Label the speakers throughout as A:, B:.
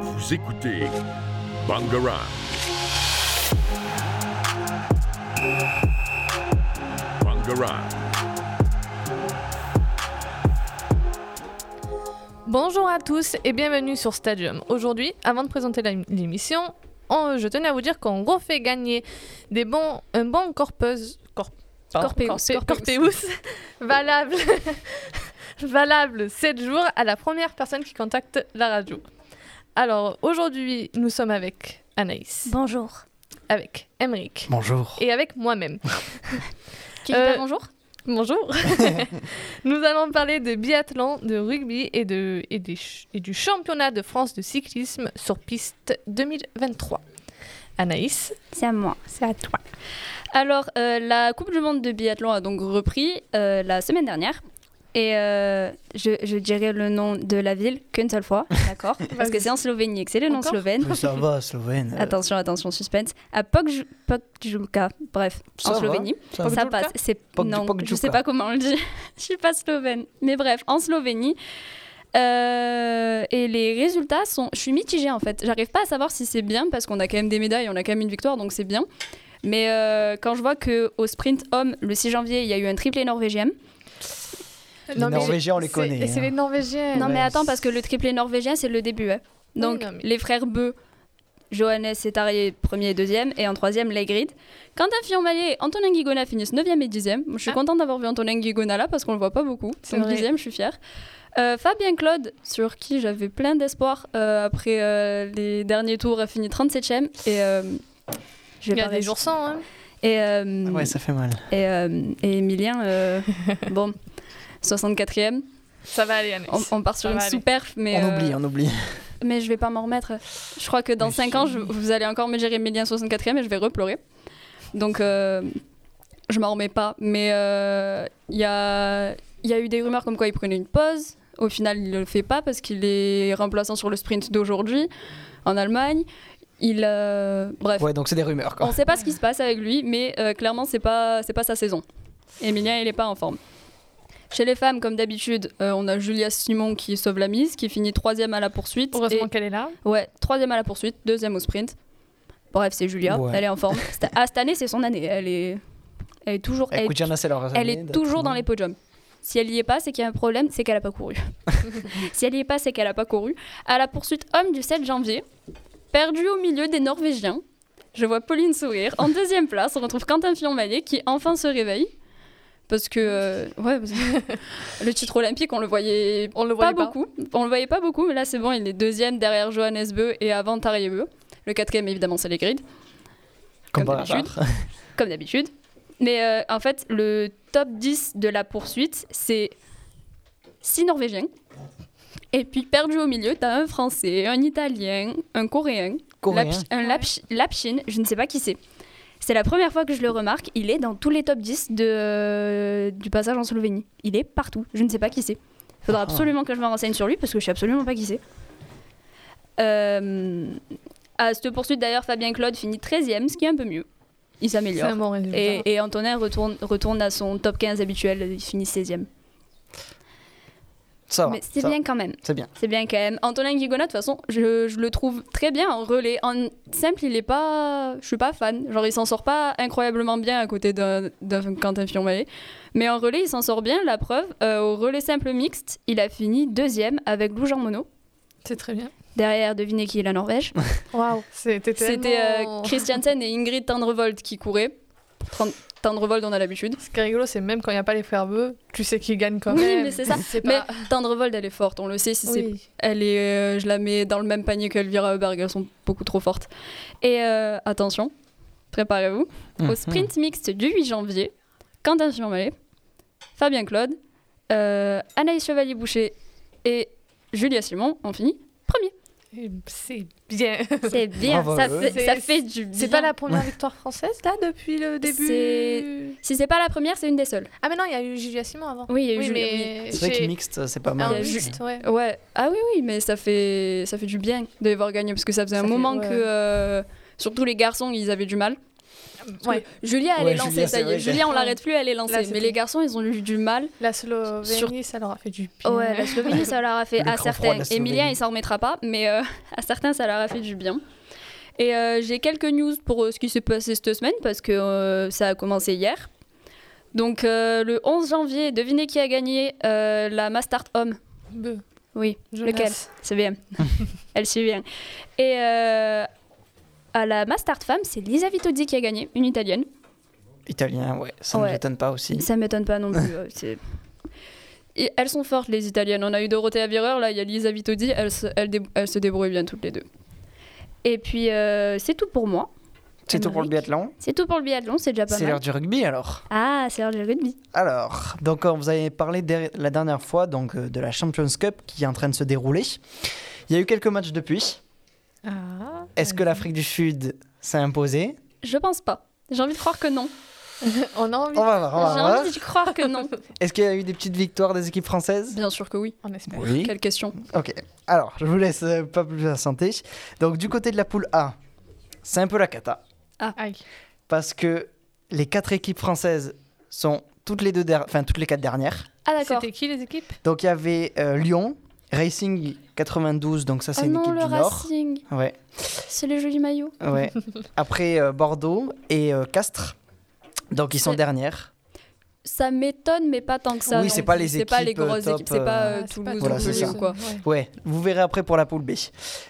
A: Vous écoutez Bangarang. Bangarang.
B: Bonjour à tous et bienvenue sur Stadium. Aujourd'hui, avant de présenter la- l'émission, on- je tenais à vous dire qu'on refait gagner des bons, un bon corpus, corp-
C: Oh,
D: Cor-
B: corpéus-
D: cor-
B: corpéus valable, valable 7 jours à la première personne qui contacte la radio. Alors aujourd'hui, nous sommes avec Anaïs,
C: Bonjour.
B: avec Emeric
E: Bonjour.
B: et avec moi-même.
C: Qui
B: Euh,
C: dit bonjour
B: Bonjour. Nous allons parler de biathlon, de rugby et, de, et, des ch- et du championnat de France de cyclisme sur piste 2023. Anaïs,
C: C'est à moi, c'est à toi. Alors, euh, la Coupe du Monde de biathlon a donc repris euh, la semaine dernière. Et euh, je, je dirai le nom de la ville qu'une seule fois, d'accord Parce que
B: Vas-y.
C: c'est en Slovénie et que c'est le nom
B: Encore
C: slovène.
E: Mais ça va, Slovène. euh,
C: Attention, attention, suspense. À Pokj- Pokjulka, bref,
E: Euh, Ça
C: en
E: va,
C: Slovénie.
E: ça va.
C: Ça passe. C'est
E: Pokj-
C: non, je
E: Pokjulka.
C: sais pas comment on le dit. je suis pas slovène, mais bref, en Slovénie. Euh, et les résultats sont. Je suis mitigée en fait. J'arrive pas à savoir si c'est bien parce qu'on a quand même des médailles, on a quand même une victoire, donc c'est bien. Mais euh, quand je vois que au sprint homme le 6 janvier, il y a eu un triplé norvégien.
E: Les Norvégiens, on les connaît.
B: Et c'est
E: hein.
B: les Norvégiens.
C: Non
E: Ouais.
C: mais attends parce que le triplé norvégien c'est le début. hein.
B: Oui,
C: Donc
B: non, mais-
C: les frères Beu, Johannes et Tarrier premier et deuxième et en troisième Legrid. Quentin Fillon-Maillet et Antonin Guigona finissent 9e et 10e. Je suis
B: Ah.
C: contente d'avoir vu Antonin Guigona là parce qu'on le voit pas beaucoup.
B: C'est
C: Donc
B: vrai.
C: 10e, je suis fière. Euh, Fabien Claude, sur qui j'avais plein d'espoir euh, après euh, les derniers tours, a fini 37e. Et, euh, je
B: Il
C: vais
B: y a
C: pas
B: des
C: rester-
B: jours sans. hein.
C: Et, euh,
E: Ah Ouais, ça fait mal.
C: et, euh, et Emilien, euh, bon, 64e.
B: Ça va aller, Anaïs.
C: On, on part sur
B: Ça
C: une
B: va aller.
C: sous-perf, mais.
E: on
C: euh,
E: oublie, hein. on oublie.
C: mais je vais pas m'en remettre. Je crois que dans
E: Mais
C: 5
E: si.
C: ans, je- vous allez encore me eh, gérer Médien 64e et je vais repleurer. Donc, euh, je m'en remets pas. Mais euh, il y, a, il y a eu des rumeurs comme quoi il prenait une pause. Au final, il le fait pas parce qu'il est remplaçant sur le sprint d'aujourd'hui en Allemagne. Il, euh, bref,
E: Ouais, donc c'est des rumeurs.
C: on
E: Quoi.
C: sait pas ce qui se passe avec lui, mais euh, clairement, c'est pas, c'est pas sa saison. Emilien, il est pas en forme. Chez les femmes, comme d'habitude, euh, on a Julia Simon qui sauve la mise, qui finit troisième à la poursuite.
B: Heureusement
C: Et-
B: qu'elle est là.
C: Ouais, troisième à la poursuite, deuxième au sprint. Bref, c'est Julia,
E: Ouais.
C: elle est en forme. Sta- ah, cette année, c'est son année. Elle est, elle est toujours, elle,
E: Bah, Écoute, Jana, c'est leur
C: elle
E: année
C: est toujours dans les
E: d'être-
C: podiums. Si elle y est pas, c'est qu'il y a un problème, c'est qu'elle a pas couru. si elle y est pas, c'est qu'elle a pas couru. À la poursuite homme du 7 janvier, perdu au milieu des Norvégiens, je vois Pauline sourire. En deuxième place, on retrouve Quentin Fillon-Maillet qui enfin se réveille. Parce que, euh, ouais, parce que le titre olympique, on le voyait
B: On le voyait
C: pas
B: pas.
C: beaucoup. On le voyait pas beaucoup, mais là c'est bon, il est deuxième derrière Johannes Beu et avant Tarjei Beu. Le quatrième évidemment c'est les grids, comme
E: Comme par
C: d'habitude.
E: hasard.
C: comme d'habitude. Mais euh, en fait, le top 10 de la poursuite, c'est six Norvégiens. Et puis perdu au milieu, t'as un Français, un Italien, un Coréen,
E: Coréen.
C: Lapchi- un Lapchi- Lapchin, je ne sais pas qui c'est. C'est la première fois que je le remarque, il est dans tous les top 10 de, euh, du passage en Slovénie. Il est partout, je ne sais pas qui c'est. Il faudra
E: Ah.
C: absolument que je me renseigne sur lui parce que je sais absolument pas qui c'est. Euh, à cette poursuite d'ailleurs, Fabien Claude finit 13ème, ce qui est un peu mieux. Il
B: C'est
C: s'améliore.
B: un bon résultat.
C: Et, et Antonin retourne, retourne à son top 15 habituel, il finit 16ème.
E: Ça va.
C: Mais c'est
E: ça va.
C: bien quand même.
E: C'est bien.
C: C'est bien quand même. Antonin Guigona, de toute façon, je, je le trouve très bien en relais. En simple, il est pas. Je suis pas fan. Genre, il s'en sort pas incroyablement bien à côté d'un d'un Quentin Fillon-Maillet. Mais en relais, il s'en sort bien. La preuve, euh, au relais simple mixte, il a fini deuxième avec Lou Jean Monod.
B: C'est très bien.
C: Derrière, devinez qui est la Norvège.
B: Waouh. C'était
C: C'était
B: tellement-
C: euh, Christiansen et Ingrid Tendrevold qui couraient. Tend- Tendrevold, on a l'habitude.
B: Ce qui est rigolo, c'est même quand il n'y a pas les frères Beux, tu sais qu'ils gagnent quand
C: Oui,
B: même.
C: mais c'est ça. Mais
B: pas-
C: Tendrevold, elle est forte, on le sait. Si c'est
B: Oui.
C: Elle est, euh, je la mets dans le même panier qu'Elvira Huberg, elles sont beaucoup trop fortes. Et euh, attention, préparez-vous.
E: Mm, Mhm.
C: Au sprint mixte du 8 janvier, Quentin Fillon-Maillet, Fabien Claude, euh, Anaïs Chevalier-Boucher et Julia Simon ont fini premier.
B: Et C'est bien.
C: C'est bien,
E: Bravo
C: ça,
E: à eux.
C: fait, ça
B: C'est-
C: fait du bien.
B: C'est pas la première victoire française là depuis le début.
C: C'est- Si c'est pas la première, c'est une des seules.
B: Ah mais non, il y a eu Julia Simon avant.
C: Oui, il y a eu
B: Oui,
C: Julia, oui.
B: mais
E: C'est vrai
B: chez-
E: que mixte, c'est pas
B: Ah,
E: mal.
C: il y a
E: aussi.
B: mixte, ouais.
C: Ouais, ah oui, oui, mais ça fait, ça fait du bien de les voir gagner parce que ça faisait
B: Ça
C: un
B: fait-
C: moment
B: ouais.
C: que, euh, surtout les garçons, ils avaient du mal.
B: Ouais.
C: Julia, elle
E: Ouais,
C: est lancée,
E: Julia,
C: ça
E: c'est
C: y
E: vrai
C: est.
E: qu'elle-
C: Julia, on l'arrête plus, elle est lancée.
B: Là, c'était-
C: mais les garçons, ils ont eu du mal.
B: La Slovénie, ça leur a fait du pire.
C: Ouais, la Slovénie, ça leur a fait
E: Le
C: à
E: grand froid de
C: certains.
E: la Slovénie.
C: Emilien, il s'en remettra pas, mais euh, à certains, ça leur a fait du bien. Et euh, j'ai quelques news pour euh, ce qui s'est passé cette semaine, parce que euh, ça a commencé hier. Donc, euh, le 11 janvier, devinez qui a gagné euh, la Mastart Homme.
B: Beuh,
C: Oui, lequel
B: Jonas.
C: C'est bien. Elle suit bien. Et euh, à la Mastart Femme, c'est Lisa Vitozzi qui a gagné, une italienne.
E: Italien, ouais, ça ne
C: Ouais.
E: m'étonne pas aussi.
C: Ça m'étonne pas non plus. euh, c'est- Et elles sont fortes, les Italiennes. On a eu Dorothea Virer, là, il y a Lisa Vitozzi. Elles se, elles dé- elles se débrouillent bien toutes les deux. Et puis, euh, c'est tout pour moi.
E: C'est tout pour le
C: Amérique.
E: biathlon.
C: C'est tout pour le biathlon, c'est déjà pas
E: C'est
C: mal.
E: l'heure du rugby alors.
C: Ah, c'est l'heure du rugby.
E: Alors, donc on vous avez parlé der- la dernière fois donc euh, de la Champions Cup qui est en train de se dérouler. Il y a eu quelques matchs depuis.
B: Ah,
E: Est-ce que l'Afrique du Sud s'est imposée
C: Je pense pas. J'ai envie de croire que non.
B: on a envie,
E: On va voir, on va
C: J'ai
E: voir.
C: envie de croire que non.
E: Est-ce qu'il y a eu des petites victoires des équipes françaises
C: Bien sûr que oui.
B: on espère.
E: Oui.
C: Quelle question
E: Ok. Alors, je vous laisse euh, pas plus santé. Donc du côté de la poule A, c'est un peu la cata
B: Aïe.
E: parce que les quatre équipes françaises sont toutes les deux, der- enfin toutes les quatre dernières.
C: Ah, d'accord.
B: C'était qui les équipes
E: Donc il y avait euh, Lyon, Racing 92, donc ça c'est
C: Oh
E: une
C: non,
E: équipe
C: le
E: du Nord.
C: Racing.
E: Ouais,
C: C'est les jolis maillots.
E: ouais. Après euh, Bordeaux et euh, Castres. Donc ils sont
C: C'est-
E: dernières.
C: Ça m'étonne, mais pas tant que ça.
E: Oui,
C: non
E: c'est pas
C: plus.
E: les
C: C'est pas
E: équipes,
C: les grosses
E: euh,
C: équipes.
E: top,
C: C'est pas euh,
E: euh,
B: Ah, c'est pas
C: Toulouse
E: Voilà, c'est
C: ou
E: ça.
C: quoi.
B: Ouais.
E: Ouais, vous verrez après pour la poule B.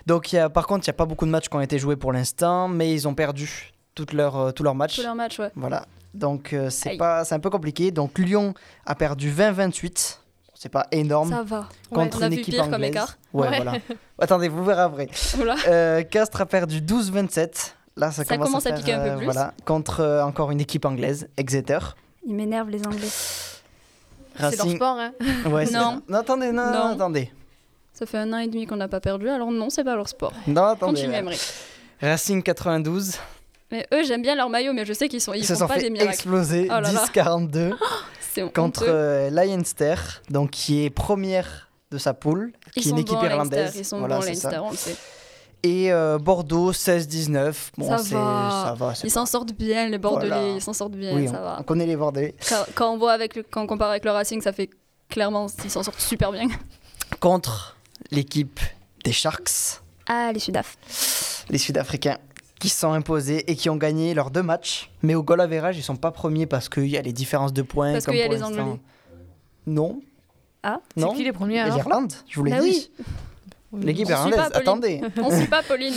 E: Donc il y a, par contre, il n'y a pas beaucoup de matchs qui ont été joués pour l'instant, mais ils ont perdu toutes leurs, euh, tous leurs matchs.
C: Tout leur match, ouais.
E: Voilà. Donc euh, c'est
C: Aïe.
E: pas c'est un peu compliqué. Donc Lyon a perdu 20-28. C'est pas énorme
C: Ça va.
E: contre
C: on a
E: une
C: vu
E: équipe
C: pire comme
E: anglaise.
C: écart.
E: Ouais,
B: Ouais.
E: voilà. Attendez, vous verrez après.
C: Voilà.
E: Euh, Castres a perdu 12-27. Là, ça,
C: Ça commence à
E: faire,
C: piquer un peu
E: euh,
C: plus.
E: Voilà, contre euh, encore une équipe anglaise, Exeter.
C: Ils m'énervent les Anglais.
B: C'est leur sport, hein.
E: Ouais, c'est
C: Non.
E: ça. non, attendez, non, non,
C: Non.
E: attendez.
C: Ça fait un an et demi qu'on n'a pas perdu, alors non, c'est pas leur sport.
E: Non, attendez.
C: Continue, Emery.
E: Racing 92,
C: Mais eux, j'aime bien leur maillot, mais je sais qu'ils sont, ils
E: se
C: font
E: sont
C: pas
E: fait
C: des miracles.
E: exploser
C: Oh là là.
E: 10-42
C: C'est
E: contre
C: honteux.
E: euh, Leinster, donc qui est première de sa poule,
C: Ils
E: qui est
C: sont
E: une équipe
C: bons à Leinster,
E: irlandaise.
C: Ils sont
E: Voilà,
C: bons à
E: c'est ça.
C: Leinster, on le sait.
E: Et euh, Bordeaux 16-19. Bon,
C: Ça
E: c'est-
C: va.
E: ça va. c'est-
C: Ils s'en sortent bien, les Bordelais,
E: Voilà.
C: ils s'en sortent bien,
E: Oui,
C: ça
E: on, on
C: va.
E: connaît les Bordelais.
C: Quand, quand on voit avec le- quand on compare avec le Racing, ça fait clairement, ils s'en sortent super bien.
E: Contre l'équipe des Sharks.
C: Ah, les Sudaf.
E: les Sud-Africains qui se sont imposés et qui ont gagné leurs deux matchs. Mais au goal average, ils sont pas premiers parce qu'il y a les différences de points.
C: Parce
E: comme
C: qu'il y a
E: pour
C: les
E: l'instant.
C: Anglais.
E: Non.
C: Ah,
B: C'est
E: Non.
B: qui les premiers alors
E: L'Irlande, je vous l'ai
C: Bah
E: dit.
B: Oui.
E: L'équipe
C: On suit
E: irlandaise,
C: pas, Pauline.
E: attendez.
C: On suit pas Pauline.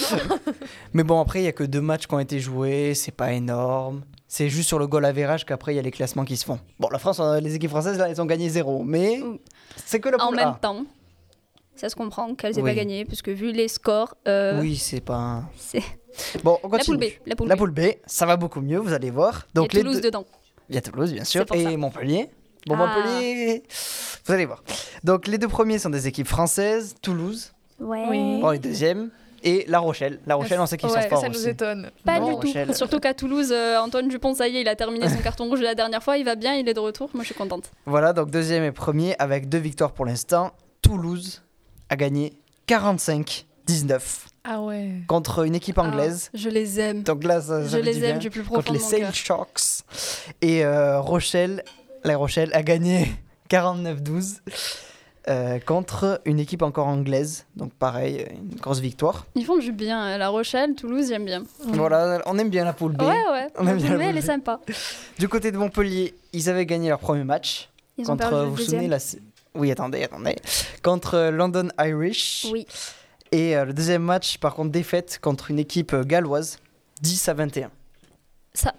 E: Mais bon, après, il y a que deux matchs qui ont été joués, c'est pas énorme. C'est juste sur le goal average qu'après, il y a les classements qui se font. Bon, la France, euh, les équipes françaises, là, elles ont gagné zéro. Mais
C: Mm.
E: c'est que la
C: en
E: poule
C: même
E: A.
C: temps, ça se comprend qu'elles aient
E: Oui.
C: pas gagné, puisque vu les scores, euh,
E: Oui, c'est pas... un-
C: c'est
E: Bon, on
C: la poule
E: continue.
C: B. La poule B.
E: La poule B, ça va beaucoup mieux, vous allez voir.
C: Il y a
E: Donc les
C: Toulouse
E: deux-
C: dedans.
E: Il y a Toulouse, bien sûr,
C: C'est pour
E: et
C: ça.
E: Montpellier. Bon,
C: Ah.
E: Montpellier, vous allez voir. Donc, les deux premiers sont des équipes françaises, Toulouse,
C: Ouais.
B: Oui.
E: bon, les deuxièmes, et La Rochelle. La Rochelle, on sait qu'ils
B: Ouais,
E: sont
B: ça,
E: forts
B: ça nous
E: aussi.
B: étonne.
C: Pas
E: Non,
C: du tout.
E: Rochelle.
C: Surtout qu'à Toulouse, euh, Antoine Dupont, ça y est, il a terminé son carton rouge la dernière fois. Il va bien, il est de retour. Moi, je suis contente.
E: Voilà, donc deuxième et premier, avec deux victoires pour l'instant. Toulouse a gagné 45-19
B: Ah ouais.
E: contre une équipe anglaise.
C: Ah, je les aime.
E: Donc là, ça, ça
C: Je
E: fait
C: les
E: bien.
C: aime du plus profond
E: Contre
C: de
E: les
C: mon cœur.
E: Sale Sharks. Et euh, Rochelle, La Rochelle a gagné 49-12 euh, contre une équipe encore anglaise. Donc pareil, une grosse victoire.
C: Ils font du bien. euh, La Rochelle, Toulouse, j'aime bien.
E: Voilà, on aime bien la poule B.
C: Ouais, ouais.
E: On
C: Mais
E: aime bien la
C: elle
E: poule
C: est
E: B.
C: sympa.
E: Du côté de Montpellier, ils avaient gagné leur premier match.
C: Ils ont
E: contre,
C: perdu
E: euh,
C: le
E: vous vous
C: deuxième.
E: souvenez, la... sé- Oui, attendez, attendez. Contre euh, London Irish.
C: Oui.
E: Et euh, le deuxième match, par contre, défaite contre une équipe euh, galloise, 10 à 21.
C: Ça.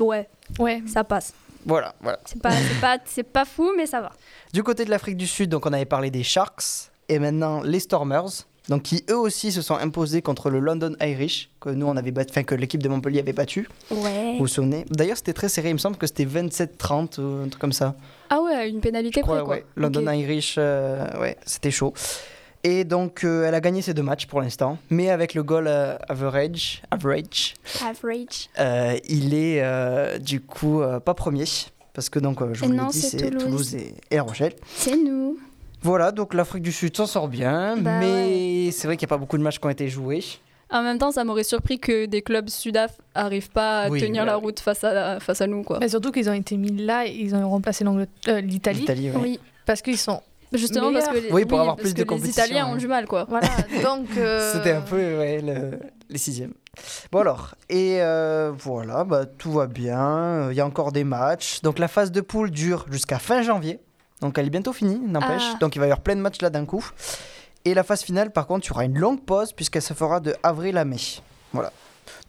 C: Ouais,
B: Ouais.
C: ça passe.
E: Voilà, voilà.
C: C'est pas, c'est pas, c'est pas fou, mais ça va.
E: Du côté de l'Afrique du Sud, donc on avait parlé des Sharks et maintenant les Stormers, donc qui eux aussi se sont imposés contre le London Irish que nous on avait battu, enfin que l'équipe de Montpellier avait battu.
C: Ouais.
E: Vous vous souvenez D'ailleurs, c'était très serré, il me semble que c'était 27-30 ou un truc comme ça.
C: Ah ouais, une pénalité
E: crois,
C: près, quoi.
E: ouais. London
C: Ok.
E: Irish, euh, ouais, c'était chaud. Et donc, euh, elle a gagné ses deux matchs pour l'instant, mais avec le goal euh, average, average
C: Average.
E: euh, il est euh, du coup euh, pas premier. Parce que, donc, euh, je
C: Et
E: vous l'ai
C: non,
E: dit,
C: c'est
E: c'est
C: Toulouse.
E: Toulouse, et, et La Rochelle.
C: C'est nous.
E: Voilà, donc l'Afrique du Sud s'en sort bien,
C: Bah
E: mais c'est vrai qu'il n'y a pas beaucoup de matchs qui ont été joués.
C: En même temps, ça m'aurait surpris que des clubs sudaf arrivent pas à
E: Oui,
C: tenir
E: oui.
C: la route face à, face à nous. Quoi.
B: Bah, surtout qu'ils ont été mis là, et ils ont remplacé l'Angle- euh, l'Italie
E: L'Italie, ouais.
C: Oui,
B: parce qu'ils sont.
C: justement parce que les,
E: Oui, pour avoir
C: parce
E: plus
C: que
E: de
C: les
E: compétition,
C: Italiens
E: hein.
C: ont du mal. quoi.
B: Voilà, donc. euh,
E: C'était un peu ouais, le- les sixièmes. Bon alors, et euh, voilà, bah, tout va bien, il y a encore des matchs. Donc la phase de poule dure jusqu'à fin janvier. Donc elle est bientôt finie, n'empêche.
C: Ah.
E: Donc il va y avoir plein de matchs là d'un coup. Et la phase finale, par contre, il y aura une longue pause puisqu'elle se fera de avril à mai. Voilà.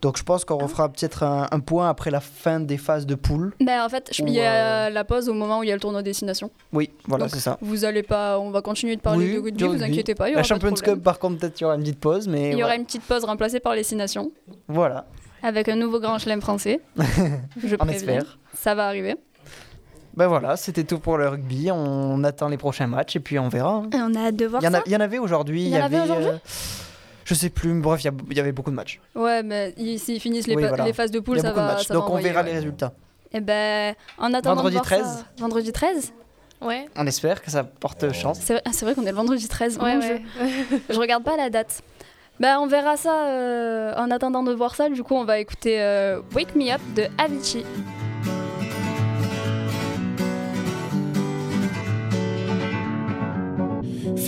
E: Donc je pense qu'on
C: Ah.
E: refera peut-être un, un point après la fin des phases de poule.
C: Mais Bah, en fait, je- il y
E: Ou,
C: a la pause au moment où il y a le tournoi destination.
E: Oui, voilà,
C: Donc,
E: c'est ça.
C: Vous allez pas, on va continuer de parler
E: Oui,
C: de
E: du
C: rugby, vous
E: rugby.
C: inquiétez pas. il y
E: La
C: aura pas de
E: Champions
C: problème.
E: Cup, par contre, peut-être il y aura une petite pause,
C: Il
E: mais
C: y
E: voilà.
C: aura une petite pause remplacée par les six nations
E: Voilà.
C: avec un nouveau grand chelem français. je
E: On
C: préviens.
E: espère.
C: Ça va arriver.
E: Ben voilà, c'était tout pour le rugby. On attend les prochains matchs et puis on verra. hein.
C: Et on a hâte de voir
E: Il y, en a-
C: ça.
E: il y en avait aujourd'hui.
C: Il y en avait aujourd'hui
E: euh, Je sais plus, mais bref, il y, a- il y avait beaucoup de matchs.
C: Ouais, mais ils- s'ils finissent les,
E: Oui,
C: pa-
E: voilà.
C: les phases de
E: Il
C: poule,
E: y a
C: ça
E: beaucoup de
C: va.
E: matchs.
C: ça va
E: Donc on
C: envoyer,
E: verra
C: ouais.
E: les résultats.
C: Eh ben, en attendant
E: Vendredi
C: de voir
E: 13.
C: ça- vendredi 13
B: Ouais,
E: On espère que ça porte chance.
C: C'est vrai, ah, c'est vrai qu'on est le vendredi 13.
B: ouais,
C: mon
B: ouais.
C: Dieu. Je regarde pas la date. Bah, on verra ça euh, en attendant de voir ça. Du coup, on va écouter euh, Wake Me Up de Avicii.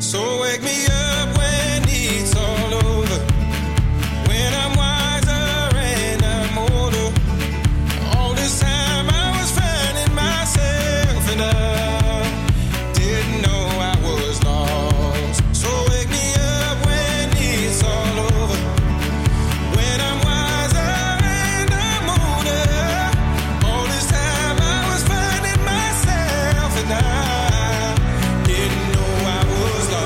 D: So wake me up when it's all over. When I'm wiser and I'm older. All this time I was finding myself and I didn't know I was lost. So wake me up when it's all over. When I'm wiser and I'm older, all this time I was finding myself and I didn't know I was lost.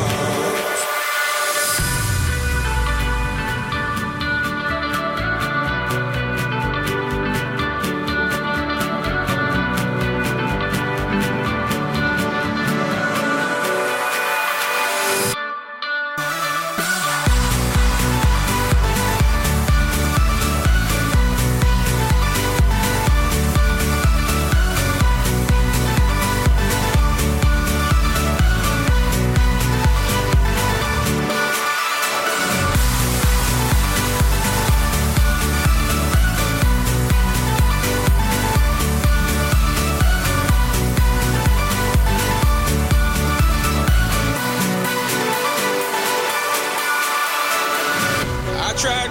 D: I tried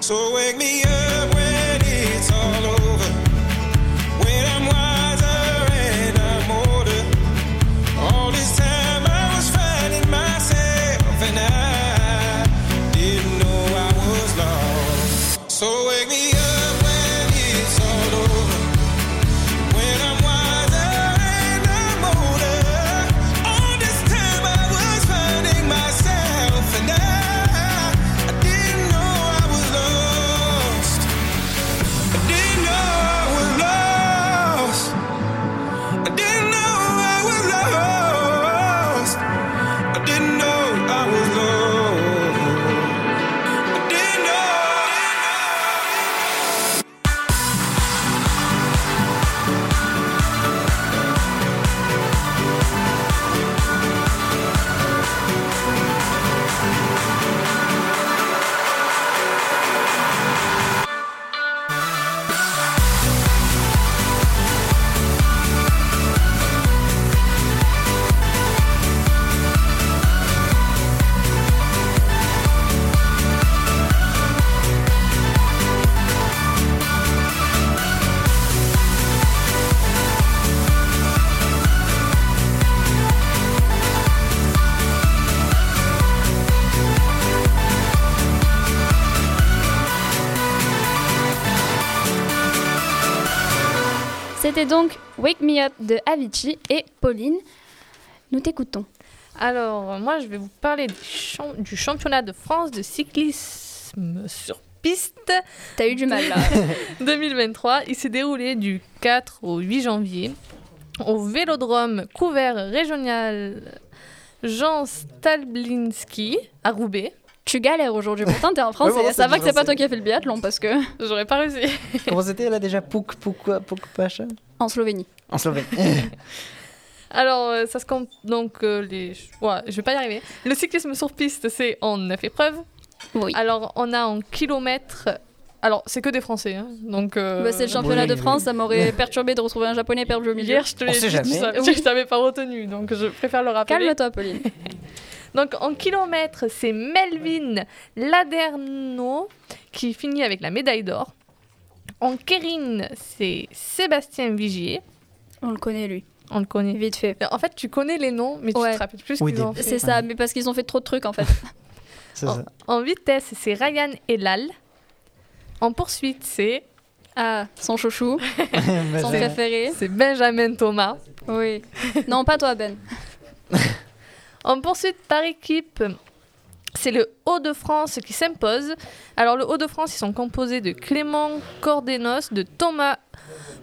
D: So wake me up when it's all over. When I'm wiser and I'm older. All this time I was finding myself and I didn't know I was lost. So wake me up when it's all over. When I'm wiser and I'm older, all this time I was finding myself, and I, I didn't know I was lost.
C: C'était donc Wake Me Up de Avicii et Pauline. Nous t'écoutons.
B: Alors, euh, moi, je vais vous parler du, cham- du championnat de France de cyclisme sur piste
C: T'as eu du mal là.
B: 2023. Il s'est déroulé du 4 au 8 janvier au vélodrome couvert régional Jean Stalblinski à Roubaix.
C: tu galères aujourd'hui. Pourtant, t'es en France
E: Ouais, ouais,
C: et ça
E: c'est
C: va que c'est pas
E: bien,
C: toi qui as fait le biathlon parce que.
B: J'aurais pas réussi.
E: Comment c'était là déjà Pouk, Pouk, quoi, Pouk, Pacha
C: En Slovénie.
E: En Slovénie.
B: Alors, euh, ça se compte donc euh, les. Ouais, je vais pas y arriver. Le cyclisme sur piste, c'est en 9 épreuves.
C: Oui.
B: Alors, on a en kilomètres. Alors, c'est que des Français. hein, donc. euh,
C: Bah, c'est le championnat
E: oui,
C: de
E: oui.
C: France, ça m'aurait perturbé de retrouver un japonais perdu au milieu.
B: Hier, je te
E: On
B: l'ai
E: sait
B: dit, tu
E: jamais.
B: savais-
C: Oui.
B: je t'avais pas retenu, donc je préfère le rappeler.
C: Calme-toi, Pauline.
B: Donc en kilomètres, c'est Melvin Laderno qui finit avec la médaille d'or. En kérine, c'est Sébastien Vigier.
C: On le connaît, lui.
B: On le connaît.
C: Vite fait.
B: En fait, tu connais les noms, mais
C: Ouais.
B: tu te rappelles plus
E: Oui,
B: qu'ils ont
E: des-
B: fait.
C: C'est ça, mais parce qu'ils ont fait trop de trucs en fait.
E: C'est
C: Oh.
E: ça.
B: En vitesse, c'est Ryan Elal. En poursuite, c'est
C: Ah, son chouchou,
E: Bah,
C: son
E: c'est-
C: préféré.
B: c'est Benjamin Thomas.
C: Oui. Non, pas toi, Ben.
B: En poursuite par équipe, c'est le Haut-de-France qui s'impose. Alors, le Haut-de-France, ils sont composés de Clément Cordénos, de Thomas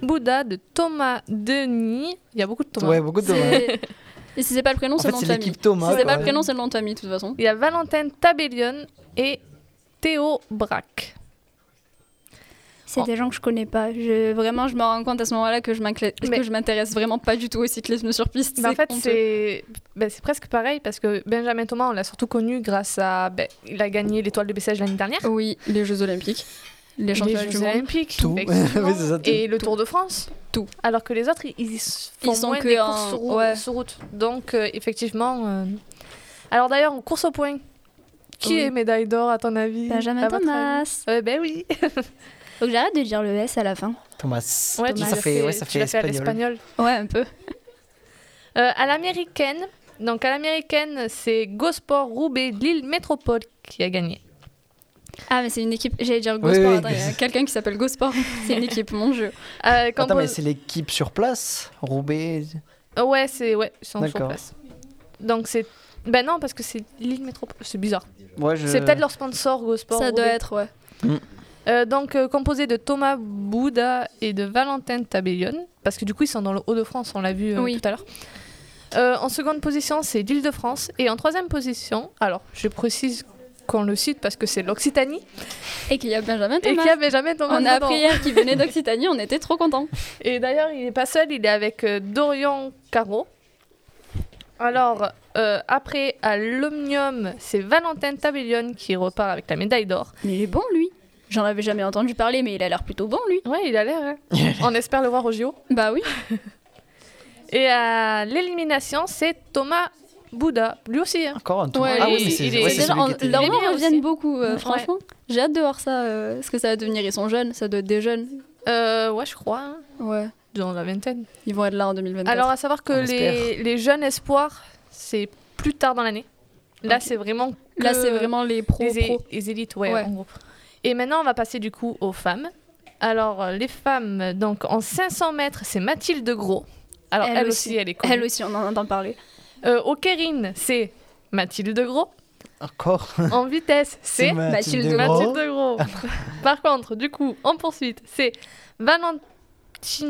B: Bouddha, de Thomas Denis. Il y a beaucoup de Thomas.
E: Ouais, beaucoup de Thomas.
C: C'est- Et si c'est pas le prénom,
E: En
C: c'est
E: fait,
C: le nom de
E: c'est
C: famille.
E: l'équipe Thomas.
C: Si c'est
E: quoi.
C: pas le prénom, c'est le nom de famille, de toute façon.
B: Il y a Valentin Tabellion et Théo Braque.
C: C'est des gens que je connais pas. Je- Vraiment, je me rends compte à ce moment-là que je m'inclin-
B: Mais-
C: que je m'intéresse vraiment pas du tout au cyclisme sur piste.
B: Mais Bah, en fait,
C: honteux.
B: c'est ben, c'est presque pareil parce que Benjamin Thomas, on l'a surtout connu grâce à. ben, il a gagné l'étoile de Bessèges l'année dernière.
C: Oui, les Jeux Olympiques, les
B: Les
C: championnats du
B: Jeux
C: monde.
B: Olympiques,
E: Tout.
B: effectivement.
E: Oui, c'est ça, tout.
B: et le Tour de France,
C: Tout.
B: Alors que les autres, ils, ils s- font
C: Ils sont
B: moins
C: que
B: des
C: en-
B: courses sur route.
C: ouais.
B: sur route. Donc euh, effectivement. euh, Alors d'ailleurs, en course au point, qui
C: Oui.
B: est médaille d'or à ton avis
C: Benjamin
B: à votre avis
C: Thomas.
B: Euh, ben oui.
C: Faut que j'arrête de dire le S à la fin.
E: Thomas.
B: Ouais,
C: tu
E: ça
B: l'as
E: fait, ouais, ça
B: tu
E: fait
B: l'as fait à
E: espagnol.
B: l'espagnol.
C: Ouais, un peu.
B: Euh, à l'américaine, donc à l'américaine, c'est Gosport Roubaix Lille Métropole qui a gagné.
C: Ah, mais c'est une équipe. J'allais dire
E: Oui,
C: GoSport.
E: oui.
C: Attends, il y a quelqu'un qui s'appelle GoSport. C'est une équipe, mon jeu.
B: Euh, compos-
E: Attends, mais c'est l'équipe sur place, Roubaix.
B: Euh, ouais, c'est ouais, ils sont sur
E: D'accord.
B: place. Donc c'est ben non parce que c'est Lille Métropole, c'est bizarre.
E: Ouais, je...
B: C'est peut-être leur sponsor Gosport.
C: Ça doit
B: Roubaix.
C: être, ouais.
B: Euh, donc euh, composé de Thomas Bouddha et de Valentin Tabellion, parce que du coup ils sont dans le Haut-de-France, on l'a vu euh,
C: Oui.
B: tout à l'heure. Euh, en seconde position, c'est l'Île-de-France. Et en troisième position, alors je précise qu'on le cite parce que c'est l'Occitanie
C: Et qu'il y a Benjamin
B: et
C: Thomas.
B: qu'il y avait jamais Thomas
C: On a
B: dedans.
C: appris hier qu'il venait d'Occitanie, on était trop contents.
B: Et d'ailleurs, il n'est pas seul, il est avec euh, Dorian Caro. Alors, euh, après, à l'Omnium, c'est Valentin Tabellion qui repart avec la médaille d'or.
C: Mais il est bon, lui. J'en avais jamais entendu parler, mais il a l'air plutôt bon, lui.
B: Ouais, il a l'air. hein. On espère le voir au JO.
C: Bah oui.
B: Et à l'élimination, c'est Thomas Bouddha. Lui aussi. hein.
E: Encore un tour.
B: Ouais,
E: ah oui,
B: il-
E: mais c'est
B: il est-
E: ouais,
B: il est
E: c'est
C: Déjà,
E: celui
C: en-
E: qui était-
C: leurs
B: Il est
C: noms
B: bien
C: reviennent
B: aussi.
C: beaucoup, euh,
B: Ouais.
C: franchement. J'ai hâte de voir ça, euh, ce que ça va devenir. Ils sont jeunes, ça doit être des jeunes.
B: Euh, ouais, je crois. hein,
C: Ouais.
B: Dans la vingtaine.
C: Ils vont être là en 2024.
B: Alors, à savoir que
E: On
B: les, les jeunes espoirs, c'est plus tard dans l'année. Là, c'est vraiment. que
C: là, c'est vraiment les pros.
B: euh, les, é-
C: pros.
B: les élites, ouais,
C: Ouais.
B: en gros. Et maintenant, on va passer du coup aux femmes. Alors, euh, les femmes, donc en 500 mètres, c'est Mathilde Gros. Alors, elle,
C: Elle
B: aussi.
C: aussi.
B: elle est connue.
C: Elle aussi, on en entend parler.
B: Euh, au Kérine, c'est Mathilde Gros.
E: Encore.
B: en vitesse, c'est
C: Mathilde
E: Gros.
B: Mathilde Gros. Par contre, du coup, en poursuite, c'est Valentine.
C: J'ai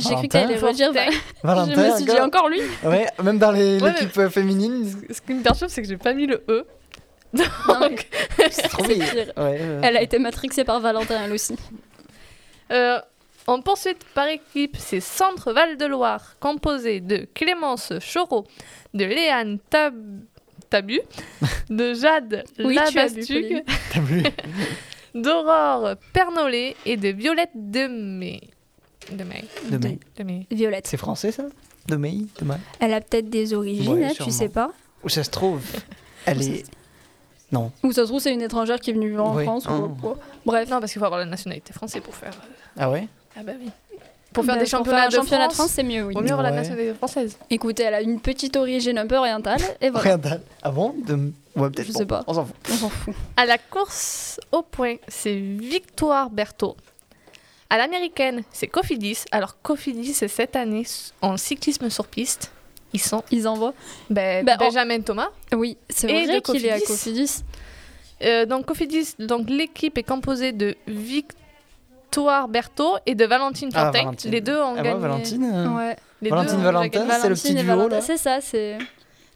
E: Valentin
C: cru qu'elle allait redire.
B: Fortin.
E: Valentin.
C: je me suis dit
E: encore.
C: encore lui.
E: Ouais, même dans les-
B: Ouais,
E: l'équipe euh, féminine,
B: Ce qui me perturbe, c'est que j'ai pas mis le E.
C: Non, mais-
B: Donc,
E: c'est trop
C: C'est
E: bien.
C: pire.
E: Ouais, euh,
C: Elle a été matrixée par Valentin, elle aussi.
B: euh, en poursuite par équipe, c'est Centre Val-de-Loire, composé de Clémence Choreau, de Léane Tab- Tabu, de Jade
C: Oui, tu as bu,
B: Labastugue,
C: Pauline.
E: t'as vu
B: d'Aurore Pernollet et de Violette Demey. Demey.
E: De May.
B: Demey.
C: Violette.
E: C'est français ça De May De May
C: Elle a peut-être des origines,
E: Ouais,
C: hein, tu
E: sûrement.
C: sais pas.
E: Où ça se trouve Elle est. Non.
C: Ou ça se trouve, c'est une étrangère qui est venue vivre en
E: Oui.
C: France. ou
E: Oh.
C: quoi. Bref.
B: Non, parce qu'il faut avoir la nationalité française pour faire.
E: Ah ouais
B: Ah bah oui. Pour faire
C: Bah,
B: des championnats,
C: un championnat
B: de France,
C: c'est mieux, oui.
B: vaut mieux avoir la
E: Ouais.
B: nationalité française.
C: Écoutez, elle a une petite origine un peu orientale, et voilà.
E: Oriental. Ah bon De- Ouais, peut-être.
C: Je
E: bon,
C: sais pas.
E: On s'en fout.
C: On s'en fout.
B: À la course au point, c'est Victoire Berthaud. À l'américaine, c'est Cofidis. Alors, Cofidis, c'est cette année s- en cyclisme sur piste. Ils sont
C: Ils envoient.
B: ben,
C: Bah, en-
B: Benjamin Thomas.
C: Oui, c'est
B: Et de
C: vrai qu'il est à
B: Cofidis.
C: Cofidis.
B: Euh, donc, Cofidis, donc, l'équipe est composée de Victoire Berthaud et de Valentine
E: Ah,
B: Fortin.
E: Valentine.
B: Les deux ont
E: Ah ouais,
B: gagné.
E: Valentine.
B: Mm.
E: euh,
C: Ouais.
B: les deux
E: Valentine
B: ont
F: Ah,
E: Valentin,
B: gagné.
E: c'est le
C: Valentine
E: petit
C: et
E: duo
C: Valentin.
E: là.
C: C'est ça, c'est.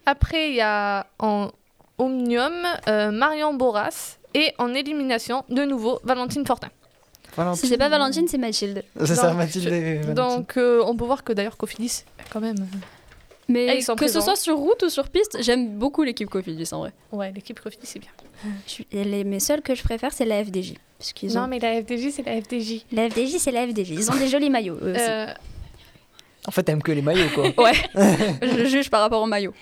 B: Après, il y a en Omnium euh, Marion Boras et en élimination, de nouveau, Valentine Fortin.
E: Valentine.
C: Si c'est pas Valentine, c'est Mathilde.
E: C'est ça,
B: Donc,
E: Mathilde. et Valentine.
B: Donc, euh, on peut voir que d'ailleurs, Cofidis, quand même. Ah,
C: Mais
B: ils sont
C: que
B: présents.
C: ce soit sur route ou sur piste, j'aime beaucoup l'équipe Cofidis en vrai.
B: Ouais, l'équipe Cofidis, c'est bien.
F: Je suis- les, mes seuls que je préfère, c'est la FDJ. Parce qu'ils ont...
B: Non, mais la FDJ, c'est la FDJ.
F: La FDJ, c'est la FDJ. Ils ont des jolis maillots, eux aussi.
B: Euh,
E: En fait, t'aimes que les maillots quoi.
C: Ouais, Euh, je juge par rapport au maillot.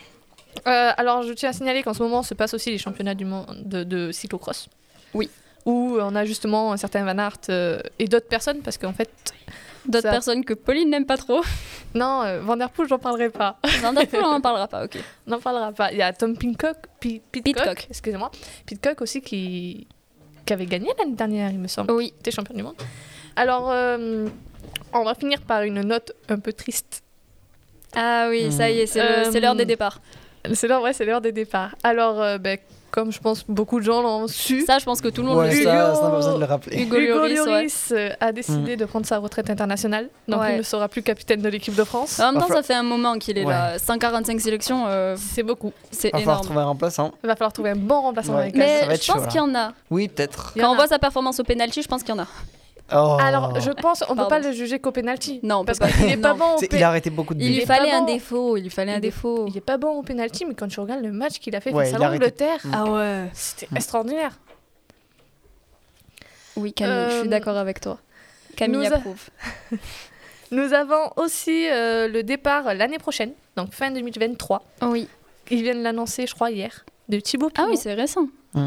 B: euh, alors, je tiens à signaler qu'en ce moment se passent aussi les championnats du monde de, de cyclocross.
C: Oui.
B: Où euh, on a justement un certain Van Aert euh, et d'autres personnes, parce qu'en fait,
C: D'autres
B: Ça.
C: personnes que Pauline n'aime pas trop.
B: non, euh, Van Der Poel, j'en parlerai pas.
C: Vanderpool, on en parlera pas, ok.
B: On n'en parlera pas. Il y a Tom Pincock, Pi- Pitcock,
C: Pitcock.
B: excusez-moi, Pitcock aussi qui, qui avait gagné l'année dernière, il me semble.
C: Oui.
B: T'es champion du monde. Alors, euh, on va finir par une note un peu triste.
C: Ah oui, ça y est, c'est
B: Euh,
C: le- c'est l'heure des départs.
B: C'est l'heure, ouais, c'est l'heure des départs. Alors, euh, ben, comme je pense beaucoup de gens l'ont su,
C: Ça, je pense que tout le monde
E: Ouais,
C: le sait.
E: ça,
B: Hugo-
E: ça n'a pas besoin de le rappeler.
C: Hugo Lloris, ouais.
B: euh, a décidé
E: Mm.
B: de prendre sa retraite internationale. Donc,
C: Ouais. Ah.
B: il ne sera plus capitaine de l'équipe de France.
C: En même temps,
E: Enfin-
C: ça fait un moment qu'il est
E: Ouais.
C: là. 145 sélections, euh,
B: C'est beaucoup.
C: c'est
E: Va falloir
C: énorme.
E: trouver un remplaçant.
B: Il va falloir trouver un bon remplaçant
E: Ouais.
B: dans les cases.
E: Ça va
C: Mais
E: être
C: je
E: chaud,
C: pense
E: là.
C: qu'il y en a.
E: Oui, peut-être.
B: Il y en
C: Quand on
B: a.
C: voit sa performance au penalty, je pense qu'il y en a.
E: Oh.
B: Alors, je pense, on ne peut
C: Pardon.
B: pas le juger qu'au penalty.
C: Non, on peut
B: parce
C: pas.
B: qu'il n'est pas
C: Non.
B: bon. au
E: C'est-
B: pe-
E: Il a arrêté beaucoup de
C: Il lui
E: buts.
B: est
C: fallait
B: pas
C: un
B: bon.
C: défaut, il lui fallait un
B: Il est-
C: défaut.
B: Il est pas bon au penalty, mais quand tu regardes le match qu'il a fait
E: Ouais,
B: face à
E: il a arrêté.
B: l'Angleterre,
E: Mm.
C: Ah ouais.
B: c'était extraordinaire.
C: Oui, Camille, je
B: Euh,
C: suis d'accord avec toi. Camille
B: nous a-
C: approuve.
B: Nous avons aussi euh, le départ l'année prochaine, donc fin 2023.
C: Oui.
B: Ils viennent l'annoncer, je crois, hier, de Thibaut
C: Ah
B: Pinot.
C: oui, c'est récent.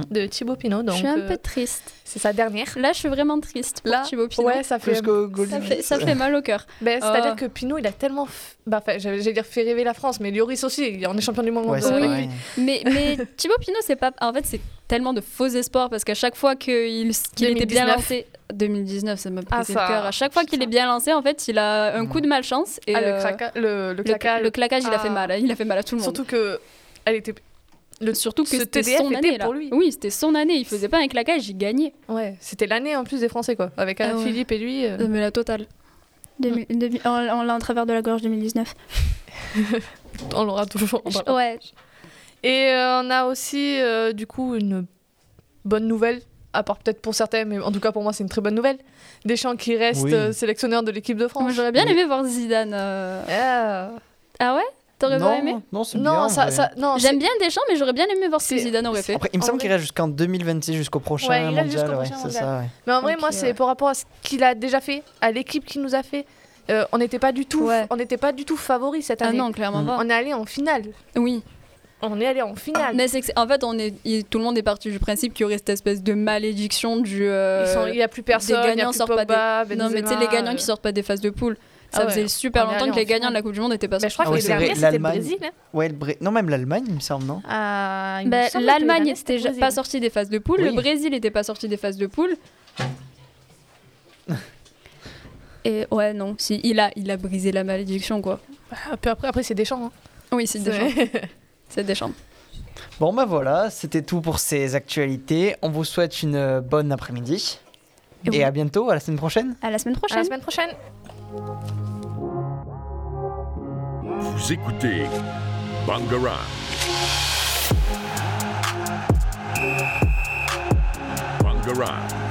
B: de Thibaut Pinot,
C: je
B: donc
C: suis un
B: euh,
C: peu triste.
B: c'est sa dernière.
C: Là, je suis vraiment triste pour
B: Là,
C: Thibaut Pinot.
B: ouais, ça fait.
E: Plus qu'au goal.
C: Ça fait, ça fait mal au cœur.
B: Ben, C'est-à-dire
C: Oh.
B: que Pinot, il a tellement. f- bah, enfin, j'allais j'allais dire fait rêver la France, mais Lloris aussi, il- on est champion du monde.
E: Ouais,
B: euh,
E: c'est
C: Oui.
E: vrai.
C: Mais, mais Thibaut Pinot, c'est pas. En fait, c'est tellement de faux espoirs parce qu'à chaque fois qu'il qu'il était bien
B: 2019.
C: lancé. 2019, ça m'a brisé
B: Ah, ça-
C: le cœur. À chaque fois qu'il est bien lancé, en fait, il a un coup de malchance. Et
B: Ah, le,
C: euh,
B: craca- le, le
C: le-
B: claquage.
C: le claquage, il a
B: Ah.
C: fait mal. hein. Il a fait mal à tout le monde.
B: Surtout que. Elle était. Le...
C: Surtout que
B: ce
C: c'était
B: TDF
C: son
B: était
C: année. là.
B: pour lui.
C: Oui, c'était son année. Il faisait pas un claquage, il gagnait.
B: Ouais, c'était l'année en plus des Français, quoi. Avec
C: Ah
B: Alain
C: ouais.
B: Philippe et lui. euh,
C: mais la totale.
F: Demi- demi- on on l'a en travers de la gorge 2019.
B: on l'aura toujours. on l'aura.
F: Ouais.
B: Et euh, on a aussi, euh, du coup, une bonne nouvelle, à part peut-être pour certains, mais en tout cas pour moi, c'est une très bonne nouvelle. Deschamps qui reste
E: Oui.
B: euh, sélectionneur de l'équipe de
C: Moi,
B: France.
C: J'aurais bien
E: Oui.
C: aimé voir Zidane. euh,
B: Euh,
C: Ah ouais T'aurais pas aimé
E: Non, non, c'est bien.
B: non,
E: en
B: ça,
E: vrai.
B: ça, non,
C: J'aime bien Deschamps, mais j'aurais bien aimé voir ce que
B: Oh, C'est-
C: Zidane aurait fait.
E: Après, il me
B: En
E: semble qu'il
B: vrai-
E: reste jusqu'en 2026, jusqu'au prochain
B: Ouais, il reste
E: mondial.
B: jusqu'au
E: ouais,
B: prochain
E: c'est
B: mondial.
E: ça, ouais.
B: c'est- Mais en vrai,
C: Ok,
B: moi, c'est
C: ouais.
B: par rapport à ce qu'il a déjà fait, à l'équipe qu'il nous a fait. Euh, on n'était pas du tout,
C: Ouais.
B: on n'était pas du tout favori cette
C: Ah
B: année.
C: non, clairement
E: Mm.
C: pas.
B: On est allé en finale.
C: Oui.
B: On est allé en finale.
C: Mais c'est que c'est- en fait, on est, il- tout le monde est parti du principe qu'il y aurait cette espèce de malédiction du.
B: Ils
C: euh,
B: sont- Il n'y a plus personne.
C: gagnants
B: il y a plus
C: sortent pas
B: Pogba,
C: non, mais tu sais, les
B: Benzema,
C: gagnants
B: euh,
C: qui sortent pas des phases de poule.
B: Ah
C: Ça
B: ouais.
C: faisait
B: On
C: super
B: est
C: longtemps
B: allé
C: que les
B: en
C: gagnants
B: finale.
C: de la Coupe du Monde n'étaient pas
B: bah, je crois
E: Ah
B: que
E: oui,
B: les
E: c'est
B: derniers,
E: vrai,
B: c'était le
E: l'Allemagne.
B: Brésil. hein.
E: Ouais, le Bra- Non, même l'Allemagne, il me semble, non
B: Ah, il me
C: Bah,
B: semble que les
C: L'Allemagne
B: derniers,
C: n'était
B: c'était le
C: pas
B: Brésil.
C: sortie des phases de poule,
E: Oui.
C: le Brésil n'était pas sorti des phases de poule. Et ouais, non, si, il, a, il a brisé la malédiction, quoi.
B: Ah, puis après, après c'est Deschamps. Hein.
C: Oui, c'est Deschamps. C'est Deschamps.
E: Bon, bah voilà, c'était tout pour ces actualités. On vous souhaite une euh, bonne après-midi. Et,
F: oui.
E: à bientôt, à la semaine prochaine.
F: À la semaine
B: À la
F: prochaine.
B: semaine prochaine.
A: Vous écoutez Bangaran. Bangaran.